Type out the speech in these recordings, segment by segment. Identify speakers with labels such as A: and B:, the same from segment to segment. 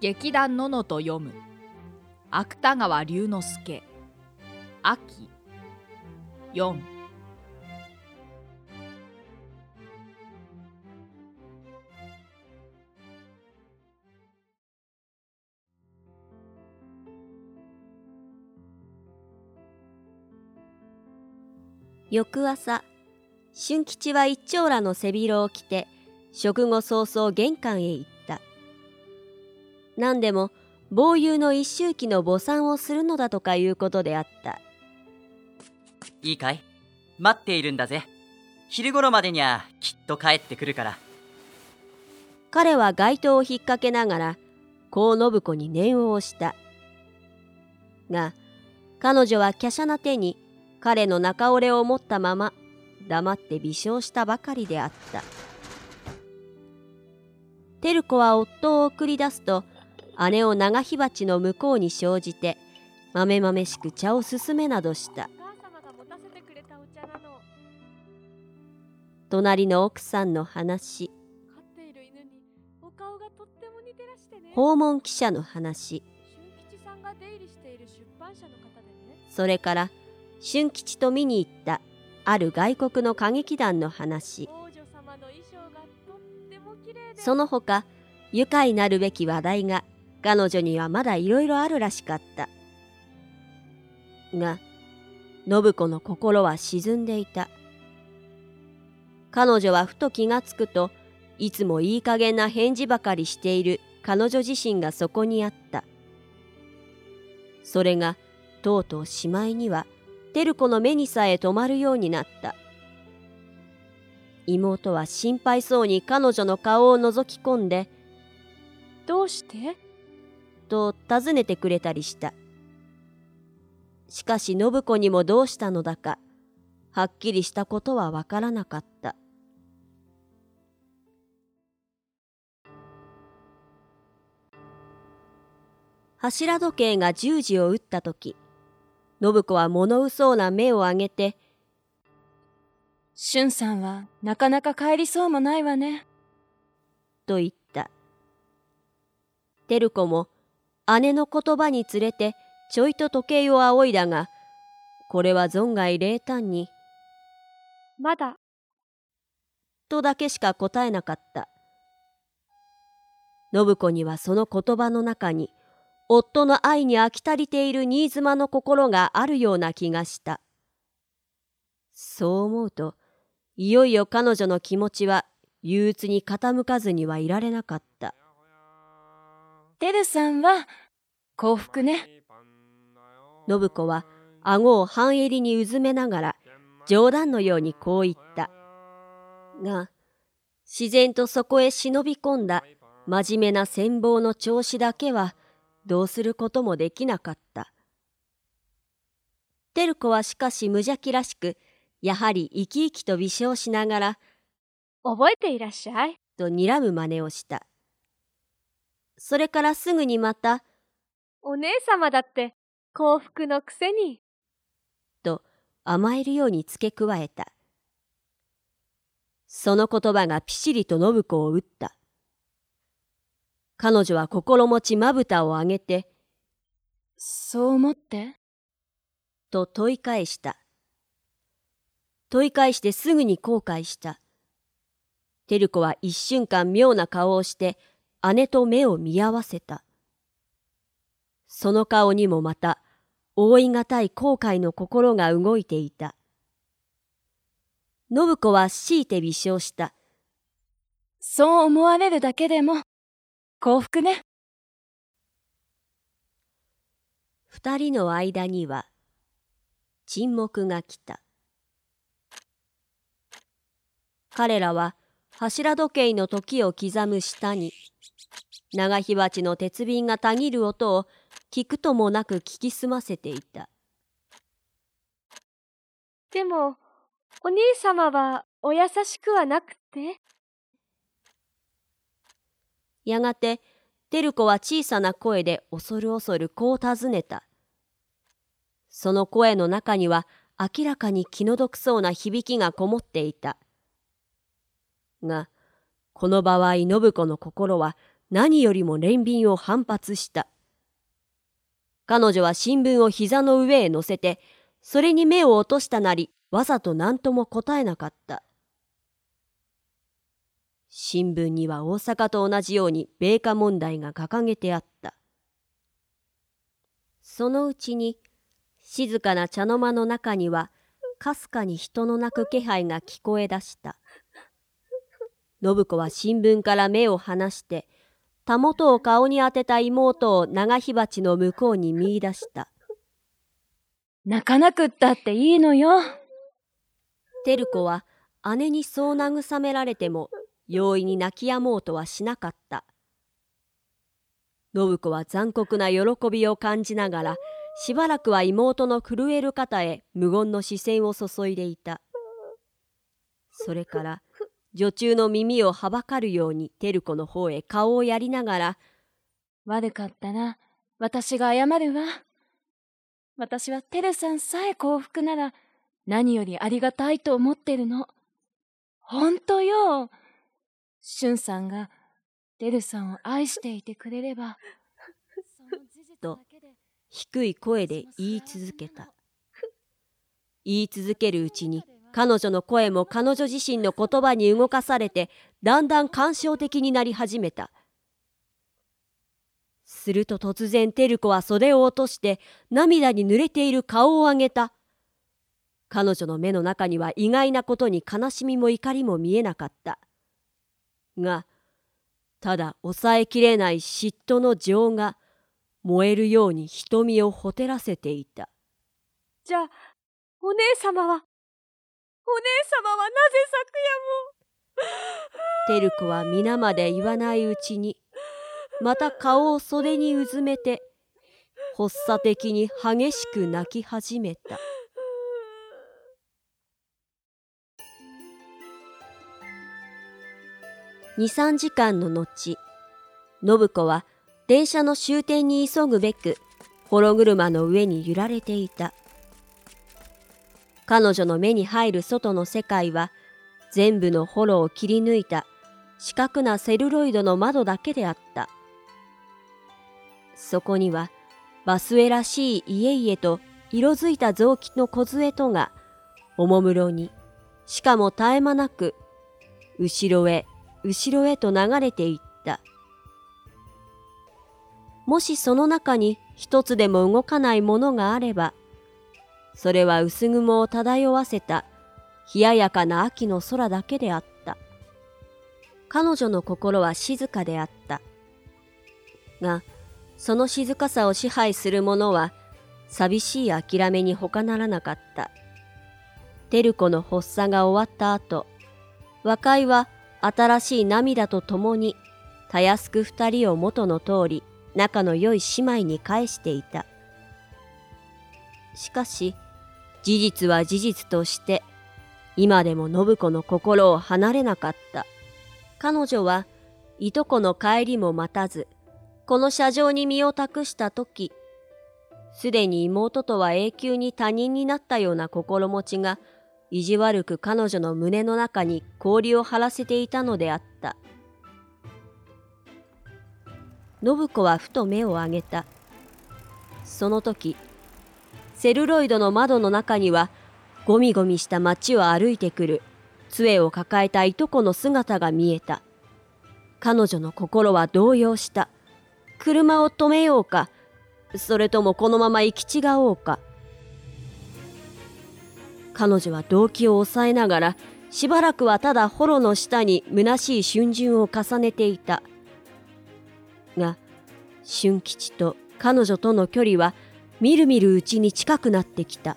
A: 劇団ののと読む芥川龍之介秋4
B: 翌朝俊吉は一丁羅の背広を着て食後早々玄関へ行った何でも防友の一周忌の母参をするのだとかいうことであった
C: いいかい待っているんだぜ昼頃までにはきっと帰ってくるから
B: 彼は街灯を引っ掛けながらこう信子に念を押したが彼女は華奢な手に彼の中折れを持ったまま黙って微笑したばかりであった照子は夫を送り出すと姉を長火鉢の向こうに生じてまめまめしく茶を勧めなどした
D: お母様が持たせてくれたお茶なの
B: 隣の奥さんの話
D: 飼っている犬にお顔がとっても似てらしてね
B: 訪問記者の話
D: 俊吉さんが出入りしている出版社の方でね
B: それから俊吉と見に行ったある外国の歌劇団の話
D: 王女様の衣装がとっても綺麗で
B: その他愉快なるべき話題が彼女にはまだいろいろあるらしかったが信子の心は沈んでいた彼女はふと気がつくといつもいい加減な返事ばかりしている彼女自身がそこにあったそれがとうとうしまいには照子の目にさえ留まるようになった妹は心配そうに彼女の顔を覗き込んで
D: どうして
B: と尋ねてくれたりしたしかし信子にもどうしたのだかはっきりしたことはわからなかった柱時計が十時を打った時信子は物憂そうな目を上げて
E: しゅんさんはなかなか帰りそうもないわね
B: と言った。照子も姉の言葉につれてちょいと時計を仰いだが、これは存外冷淡に、
D: まだ
B: とだけしか答えなかった。信子にはその言葉の中に、夫の愛に飽き足りている新妻の心があるような気がした。そう思うと、いよいよ彼女の気持ちは憂鬱に傾かずにはいられなかった。
E: てるさんは幸福ね
B: 信子は顎を半襟にうずめながら冗談のようにこう言ったが自然とそこへ忍び込んだ真面目な戦望の調子だけはどうすることもできなかった照子はしかし無邪気らしくやはり生き生きと微笑しながら
D: 覚えていらっしゃい
B: と睨む真似をしたそれからすぐにまた
D: お姉様だって幸福のくせに
B: 甘えるように付け加えた。その言葉がピシリと信子を打った。彼女は心持ちまぶたを上げて、
E: そう思って
B: と問い返した。問い返してすぐに後悔した。照子は一瞬間妙な顔をして、姉と目を見合わせた。その顔にもまた、覆いがたい後悔の心が動いていた。信子は強いて微笑した。
E: そう思われるだけでも幸福ね
B: 二人の間には沈黙が来た彼らは柱時計の時を刻む下に長火鉢の鉄瓶がたぎる音を聞くともなく聞き澄ませていた
D: でもお兄様はお優しくはなくて
B: やがて照子は小さな声で恐る恐るこう尋ねたその声の中には明らかに気の毒そうな響きがこもっていたがこの場合信子の心は何よりも憐憫を反発した。彼女は新聞を膝の上へ乗せて、それに目を落としたなり、わざと何とも答えなかった。新聞には大阪と同じように米化問題が掲げてあった。そのうちに、静かな茶の間の中には、かすかに人の泣く気配が聞こえ出した。信子は新聞から目を離して、たもとを顔に当てた妹を長火鉢の向こうに見出した。
E: 泣かなくったっていいのよ。
B: 照子は姉にそう慰められても容易に泣き止もうとはしなかった信子は残酷な喜びを感じながらしばらくは妹の震える肩へ無言の視線を注いでいたそれから女中の耳をはばかるように照子の方へ顔をやりながら
E: 悪かったな。私が謝るわ。私はテルさんさえ幸福なら何よりありがたいと思ってるの。ほんとよ。シュンさんがテルさんを愛していてくれれば。
B: と低い声で言い続けた言い続けるうちに彼女の声も彼女自身の言葉に動かされてだんだん感傷的になり始めたすると突然照子は袖を落として涙に濡れている顔を上げた彼女の目の中には意外なことに悲しみも怒りも見えなかったがただ抑えきれない嫉妬の情が燃えるように瞳をほてらせていた
D: じゃあ、お姉様は、お姉様はなぜ
B: テ
D: 昨
B: ルコは皆まで言わないうちにまた顔を袖にうずめて発作的に激しく泣き始めた23時間の後信子は電車の終点に急ぐべくホロ車の上に揺られていた彼女の目に入る外の世界は全部のホロを切り抜いた四角なセルロイドの窓だけであった。そこにはバスウェらしい家々と色づいた雑木の梢とがおもむろにしかも絶え間なく後ろへ後ろへと流れていった。もしその中に一つでも動かないものがあればそれは薄雲を漂わせた冷ややかな秋の空だけであった。彼女の心は静かであった。が、その静かさを支配する者は、寂しい諦めに他ならなかった。テルコの発作が終わった後、和解は新しい涙とともに、たやすく二人を元の通り、仲の良い姉妹に返していた。しかし、事実は事実として、今でも信子の心を離れなかった。彼女はいとこの帰りも待たず、この車上に身を託した時、すでに妹とは永久に他人になったような心持ちが、意地悪く彼女の胸の中に氷を張らせていたのであった。信子はふと目を上げた。その時、セルロイドの窓の中には、ゴミゴミした街を歩いてくる杖を抱えたいとこの姿が見えた。彼女の心は動揺した。車を止めようか、それともこのまま行き違おうか。彼女は動機を抑えながら、しばらくはただホロの下に虚しい春巡を重ねていた。が、春吉と彼女との距離は、みるみるうちに近くなってきた。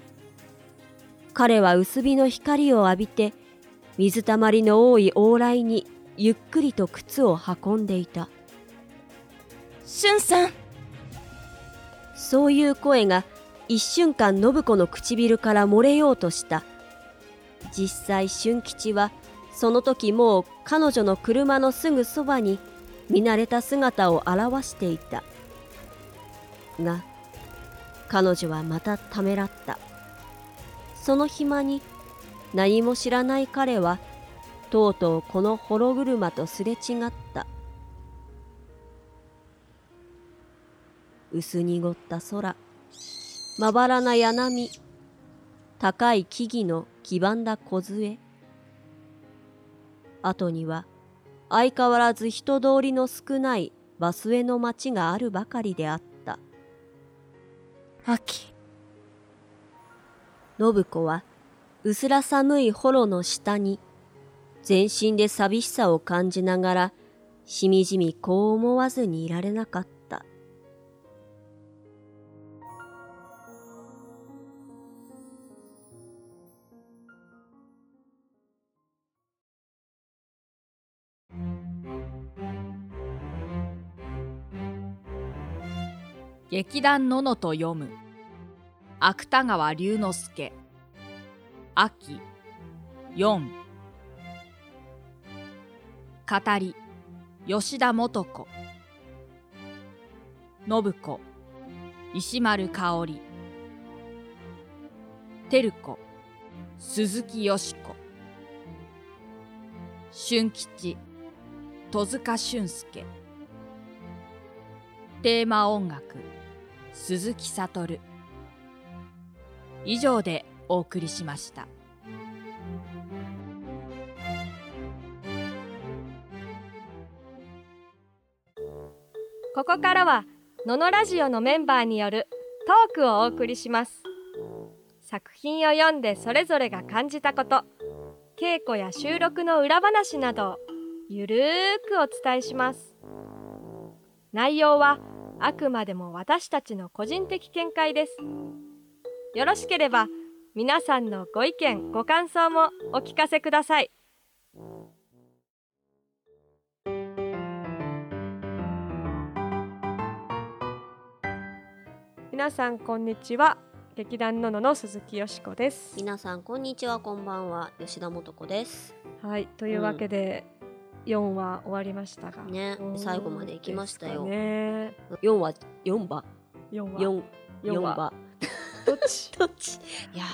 B: 彼は薄日の光を浴びて、水たまりの多い往来にゆっくりと靴を運んでいた。
E: シュンさん
B: そういう声が一瞬間信子の唇から漏れようとした。実際俊吉はその時もう彼女の車のすぐそばに見慣れた姿を現していた。が、彼女はまたためらった。その暇に何も知らない彼はとうとうこのホロ車とすれ違った。薄濁った空まばらな柳高い木々の黄ばんだ梢後には相変わらず人通りの少ないバスへの町があるばかりであった
E: 秋
B: 信子は薄ら寒いホロの下に全身で寂しさを感じながらしみじみこう思わずにいられなかった
A: 劇団ののと読む芥川龍之介秋4語り吉田素子信子石丸香織照子鈴木よし子春吉戸塚俊介テーマ音楽鈴木悟以上でお送りしました。
D: ここからはののラジオのメンバーによるトークをお送りします作品を読んでそれぞれが感じたこと稽古や収録の裏話などをゆるーくお伝えします内容はあくまでも私たちの個人的見解ですよろしければ皆さんのご意見ご感想もお聞かせください皆さんこんにちは劇団ののの鈴木よしこです
B: 皆さんこんにちはこんばんは吉田素子です
D: はい、というわけで、四4話終わりましたが、
B: ね
D: どう
B: 最後まで行きましたよ
D: ですかね、
B: 4は4番
D: 4話
B: 4
D: 四話
B: 番
D: どっち
B: どっち いや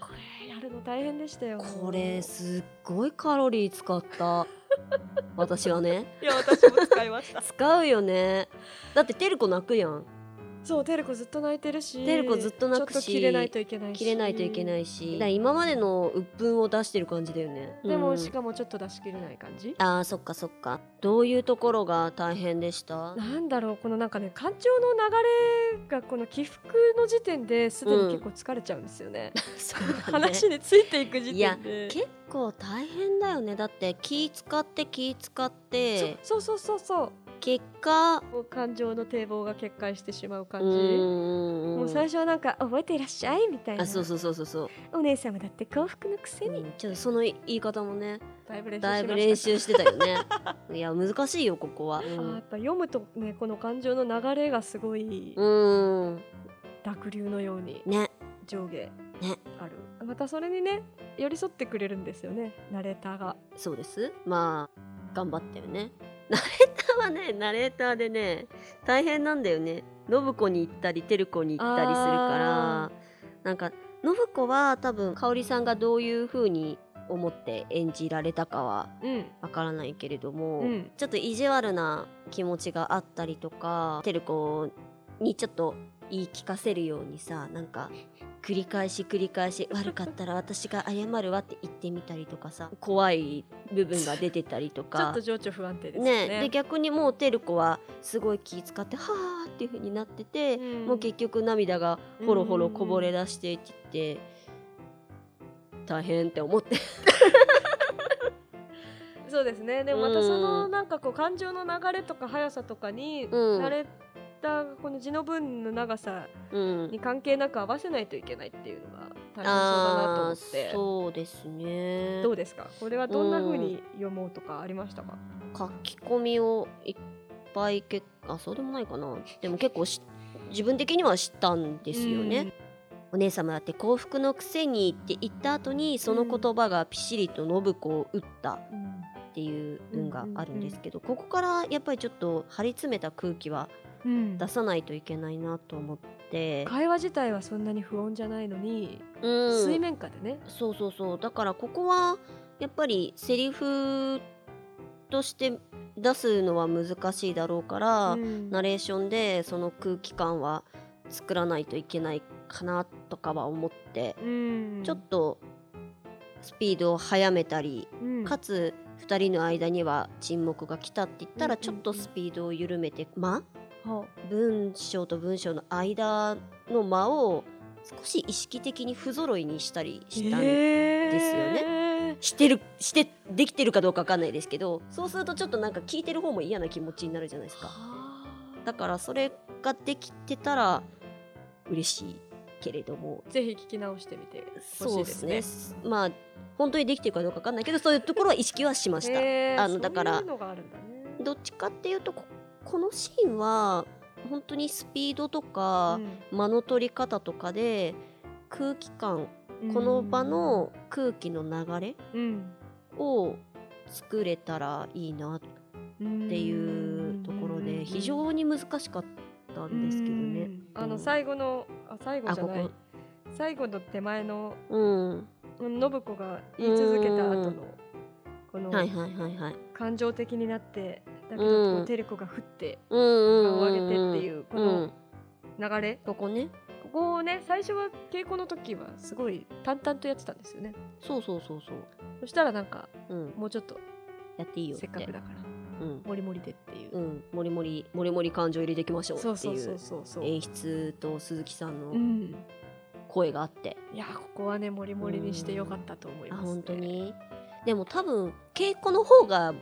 D: これやるの大変でしたよ。
B: ーこれすっごいカロリー使った 私はね。
D: いや私も使いまし た
B: 使うよねだってテルコ泣くやん
D: そうテルコずっと泣いてるし、
B: テルコずっと泣くし
D: ちょっと切れないといけないし、。
B: 切れないといけないいしだから今までの鬱憤を出してる感じだよね
D: でも、
B: うん
D: しかもちょっと出し切れない感じ。
B: あーそっかそっかどういうところが大変で した
D: なんだろうこのなんかね感情の流れがこの起伏の時点ですでに結構疲れちゃうんですよね。
B: そう だね
D: 話についていく時
B: いや
D: 点で。
B: 結構大変だよねだって気使って気使って
D: そうそうそうそうそう。
B: 結果
D: もう感情の堤防が決壊してしまう感
B: う
D: じ、
B: ん
D: もう最初はなんか覚えていらっしゃいみたいな
B: あそうそうそうそう そう、
D: お姉様だって幸福のくせに、
B: うんちょっとその言い方もね
D: だいぶ練習しました
B: だいぶ練習してたよ ねいや難しいよここは
D: あーやっぱ読むとねこの感情の流れがすごい
B: うん、うん、
D: 濁流のように
B: ね
D: 上下
B: ね
D: ある、またそれにね寄り添ってくれるんですよねナレーターが
B: そうですまあ頑張ったよねナレーターはねナレーターでね大変なんだよね信子に行ったり照子に行ったりするから
D: あ
B: なんか信子は多分香織さんがどういう風に思って演じられたかは
D: うん
B: わからないけれども、
D: うん
B: ちょっと意地悪な気持ちがあったりとか照子にちょっと言い聞かせるようにさなんか繰り返し繰り返し悪かったら私が謝るわって言ってみたりとかさ怖い部分が出てたりと
D: ちょっ
B: か
D: と。情緒不安定ですよ
B: ね
D: ね
B: で逆にもう照子はすごい気使ってはあっていう風になってて、
D: うん
B: もう結局涙がほろほろこぼれ出していって、大変って思って
D: そうですねでもまたその
B: うん
D: なんかこう感情の流れとか速さとかに、
B: うん
D: ナレーターがこの字の文の長さ
B: うん
D: に関係なく合わせないといけないっていうのが大変そうだなと思
B: ああ
D: って
B: ーそうですね
D: どうですかこれはどんな風に読もうとかありましたか、
B: 書き込みをいっぱいけあそうでもないかなでも結構し自分的には知ったんですよね、お姉様だって幸福のくせにって言った後にその言葉がピシリと信子を打ったっていう文があるんですけど、ここからやっぱりちょっと張り詰めた空気は
D: うん
B: 出さないといけないなと思って、
D: 会話自体はそんなに不穏じゃないのに、
B: うん
D: 水面下でね
B: そうそうそうだからここはやっぱりセリフとして出すのは難しいだろうから、
D: うん
B: ナレーションでその空気感は作らないといけないかなとかは思って、
D: うん
B: ちょっとスピードを速めたり、
D: うん
B: かつ2人の間には沈黙が来たって言ったら
D: うんうんう
B: ちょ
D: ん
B: っとスピードを緩めて間
D: ほ
B: 文章と文章の間の間を少し意識的に不揃いにしたり
D: う
B: したん
D: です
B: よ
D: ね。
B: してるしてできてるかどうかわかんないですけどそうするとちょっとなんか聞いてる方も嫌な気持ちになるじゃないですかだからそれができてたら嬉しいけれども
D: ぜひ聞き直してみてほし
B: そ
D: いうで
B: ですす
D: ね。
B: ねまあ本当にできてるかどうかわかんないけどそういうところは意識はしました
D: へー
B: あのだから
D: そういうのがあるんだね。
B: どっちかっていうとここのシーンは本当にスピードと
D: う
B: か
D: ん
B: 間の取り方とかで空気感この場、の空気の流れ
D: うん
B: を作れたらいいなっ
D: うん
B: ていうところで非常に難しかったんですけど
D: う
B: ね。
D: んあの最後のあ最後
B: あ
D: じゃ
B: こ
D: ない
B: こ
D: 最後の手前の
B: うん
D: うん信子が言い続けた後のこの
B: はいはいはいはい。
D: 感情的になってだけどこ
B: う
D: うんテレコが振って
B: うんうん
D: 顔を上げ
B: うん
D: てって
B: う
D: いうこ
B: んう
D: の
B: ん
D: 流れ
B: ここね
D: ここをね最初は稽古の時はすごい淡々とやってたんですよね
B: そうそうそうそ
D: そしたらなんか
B: う、うん、
D: もうちょっと
B: やっていいよって
D: せっかくだから
B: うん
D: モリモリでっていう、
B: うん、もりもりもりもり感情入れていきましょうってい
D: そううそうそうそうそう
B: 演出と鈴木さんの
D: うん
B: 声があって、
D: いやここはねモリモリにしてよかったと思い
B: あ
D: ます、ね、
B: 本当にでも多分稽古の方が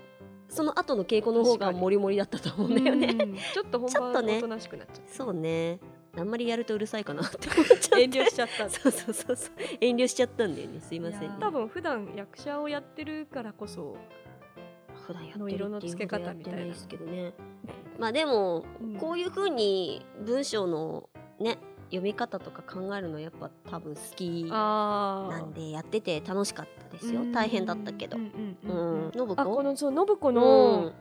B: その後の稽古の方
D: 確か
B: が
D: に
B: モリモリだったと思うんだよね、
D: うんちょっと本
B: ちょっと
D: 番
B: ね
D: おとなしくなっちゃっ
B: そうねあんまりやるとうるさいかなって思っちゃ
D: た
B: っ
D: 遠慮
B: て
D: しちゃっ た
B: そうそうそうそう遠慮しちゃったんだよねすいません、ね、
D: 多分普段役者をやってるからこそ、
B: 普段やって
D: の
B: る
D: 色の
B: っていう
D: 付け
B: こと
D: 方
B: やっ
D: み
B: て
D: たいな
B: ないですけどねまあでもこう
D: い
B: いう風に文章のね読み方とか考えるのやっぱ多分好き
D: うんあー
B: なんでやってて楽しかったですよ
D: うん
B: 大変だったけど
D: うんうん
B: う
D: うんうん
B: ん信
D: あこ
B: 子
D: のそう信子
B: う
D: の
B: ん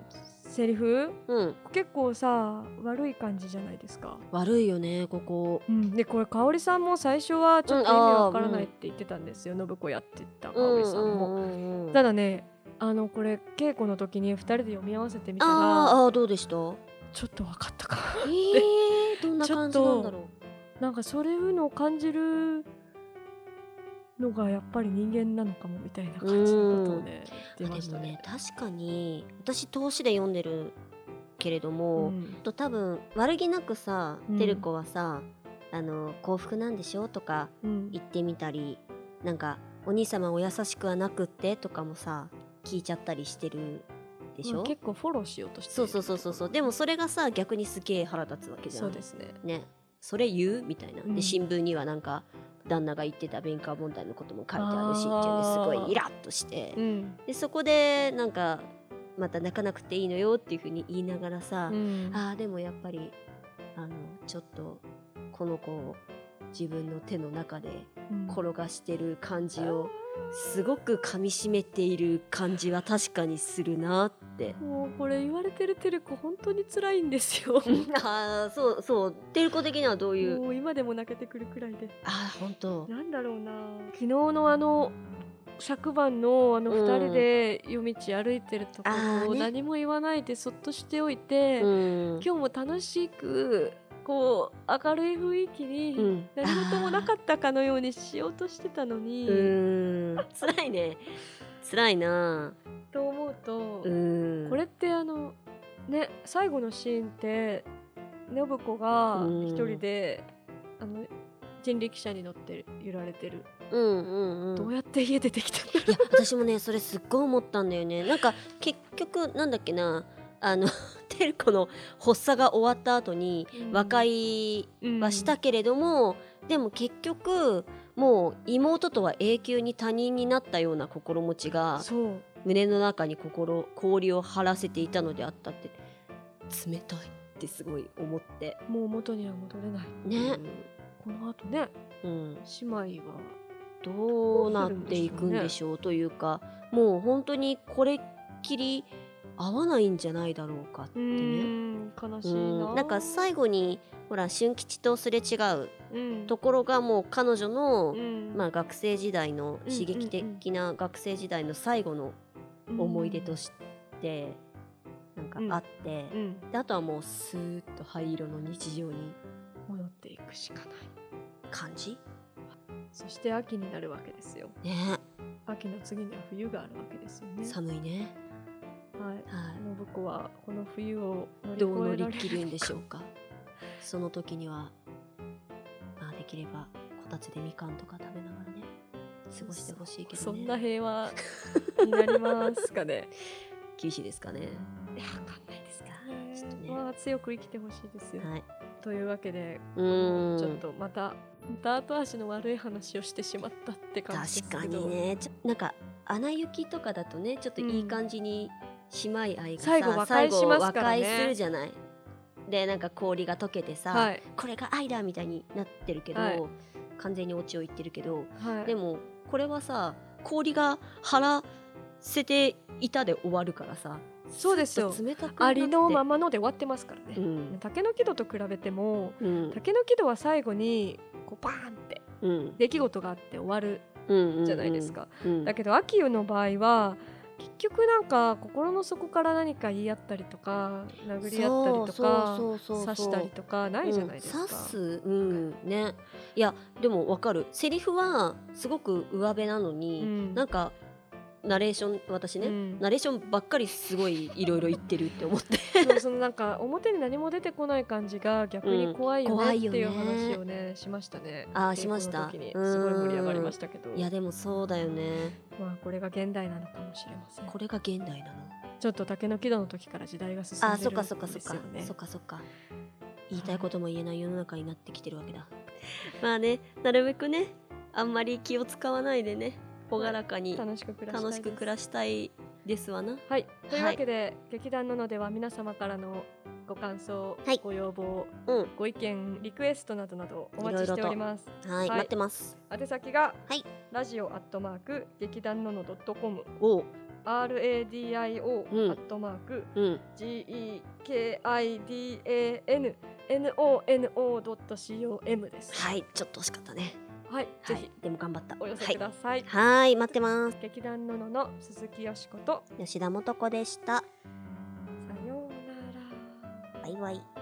D: セリフ、
B: うん
D: 結構さ悪い感じじゃないですか、
B: 悪いよねここ
D: うん、でこれ香織さんも最初はちょっと意味わからないって言ってたんですよ、信子やってた香織さんも、
B: うんうんうん
D: ただねあのこれ稽古の時に2人で読み合わせてみた
B: あ
D: ら
B: ーあーどうでした
D: ちょっと分かったか
B: えー、どんな感じなんだろ
D: なんかそういうのを感じるのがやっぱり人間なのかもみたいな感じのことをね
B: う
D: 言ってまし
B: で
D: た
B: も
D: ね
B: ね。確かに私通しで読んでるけれど
D: う
B: も、
D: ん
B: と多分悪気なくさ
D: うん
B: てる子はさ、あの幸福なんでしょとか
D: うん
B: 言ってみたりなんかお兄様お優しくはなくってとかもさ聞いちゃったりしてるでしょ、
D: まあ結構フォローしようとしている
B: そうそうそうそうそうでもそれがさ逆にすげえ腹立つわけじゃん
D: そうですね。
B: ねそれ言うみたいな、
D: うん
B: で新聞にはなんか旦那が言ってた勉強問題のことも書いてあるしって
D: あー
B: いうのですごいイラッとして、
D: うん
B: でそこでなんかまた泣かなくていいのよっていうふうに言いながらさ、
D: うん
B: あーでもやっぱりあのちょっとこの子を自分の手の中で
D: うん
B: 転がしてる感じをすごく噛みしめている感じは確かにするなって。
D: もうこれ言われてるテルコ本当に辛いんですよ。
B: ああそうそうテルコ的にはどういう
D: もう今でも泣けてくるくらいで。
B: ああ本当
D: なんだろうな昨日のあの昨晩のあの
B: うん
D: 2人で夜道歩いてるとこ
B: あ
D: ろ
B: ー
D: を
B: ね
D: 何も言わないでそっとしておいて、
B: うん
D: 今日も楽しくこう明るい雰囲気
B: う
D: に
B: ん
D: 何事もなかったかのようにしようとしてたの
B: あ
D: に、
B: ーうーん辛いね辛いな
D: と思うと、
B: うーん
D: これってあのね最後のシーンって信子が
B: うん
D: 一人で、あの人力車に乗って揺られてる、
B: うんうん
D: ど
B: うん
D: う
B: い
D: やって家出てきたんだろう
B: や私もねそれすっごい思ったんだよねなんか結局なんだっけなあの テルコの発作が終わった後に和解はしたけれども、でも結局もう妹とは永久に他人になったような心持ちが
D: そう
B: 胸の中に心氷を張らせていたのであったって冷たいってすごい思って
D: もう元には戻れないってい
B: ね
D: うこの後ね
B: うん、
D: 姉妹は
B: どうなっていくんでしょうというかもう本当にこれっきり合わないんじゃないだろうかって
D: う
B: ね。
D: ん悲し
B: う
D: い
B: ん
D: な
B: なんか最後にほら俊吉とすれ違う
D: うん
B: ところがもう彼女の、
D: うん
B: まあ、学生時代の
D: うん
B: 刺激的な学生時代の最後の思い出と
D: し
B: しってなん
D: うん
B: かあって、
D: うん
B: であとはもうスーッと灰色の日常に
D: 戻っていくしかない
B: 感じ
D: そして秋になるわけですよ
B: ね
D: 秋の次には冬があるわけですよね
B: 寒いね、
D: はい
B: はい、
D: 信子はこの冬を
B: どう
D: 乗
B: 乗
D: り越
B: り
D: えら
B: 切
D: れ
B: るんでしょ
D: う
B: うか その時には、まあ、できればこたつでみかんとか食べながらね過ごしてほしいけど、ね、
D: そんな平和にな りますかね
B: 厳しいですかね
D: いやわかんないですか
B: ちょっとね
D: まあ強く生きてほしいですよ、
B: はい
D: というわけで
B: う
D: ちょ
B: ー
D: っ
B: ん
D: とまたまた後足の悪い話をしてしまったって感じです
B: 確
D: けど
B: かにねちょなんか穴行きとかだとねちょっといい感じに姉妹愛がさ、
D: 最後和解しますから
B: 最
D: ね
B: 後和解するじゃないでなんか氷が溶けてさ、
D: はい
B: これが愛だみたいになってるけど、
D: はい
B: 完全にオチを言ってるけど
D: はい
B: でもこれはさ氷が腹捨てていたで終わるからさ
D: そうですよ
B: ちょっと冷たくなって
D: ありのままので終わってますから
B: う
D: ね、
B: ん
D: 竹の木戸と比べても
B: うん
D: 竹の木戸は最後にこうバーンって
B: うん
D: 出来事があって終わる
B: うん
D: じゃないです、か、
B: うんうん
D: だけど秋湯の場合は結局なんか心の底から何か言い合ったりとか殴り合ったりとか
B: そうそうそうそう
D: 刺したりとかないじゃないですか、
B: うん、刺す、うん、ねいやでもわかるセリフはすごく上辺なのに、
D: うん
B: なんかナレーション私ね、
D: うん
B: ナレーションばっかりすごいいろいろ言ってるって思って
D: そうそのなんか表に何も出てこない感じが逆に怖いよ
B: うん怖
D: ね
B: い
D: っ
B: よ
D: て
B: ね
D: いう話をね、しましたね。
B: あーしました
D: 稽古の時にすごい盛り上がりましたけど、
B: いやでもそうだよね
D: まあこれが現代なのかもしれません。
B: これが現代なの
D: ちょっと竹の木戸の時から時代が進んでる
B: あ
D: んで
B: そ
D: すよ
B: っ
D: ね。
B: かそっかそっか、そっかそっか言いたいことも言えない世の中になってきてるわけだ まあねなるべくねあんまり気を使わないでね朗らかに
D: 楽しく暮らしたい
B: 楽しく暮ら
D: し
B: したいですわな
D: はい。というわけで、劇団ののでは皆様からのご感想、
B: はい
D: ご要望、
B: うん
D: ご意見、リクエストなどなどお待ちしております。
B: はい、
D: はい
B: 待ってます
D: 宛先が、
B: はい
D: ラジオアットマーク劇団ののドットコム、
B: おう
D: R A D I O ア
B: うん
D: ットマーク
B: うん、
D: gekidannono.com です。
B: はい、ちょっと惜しかったね。
D: はい、
B: は
D: ぜひ
B: い、でも頑張った。
D: お寄せください。
B: はい、はい待ってます。
D: 劇団ののの鈴木よしこと、
B: 吉田素子でした。
D: さようなら。
B: バイバイ。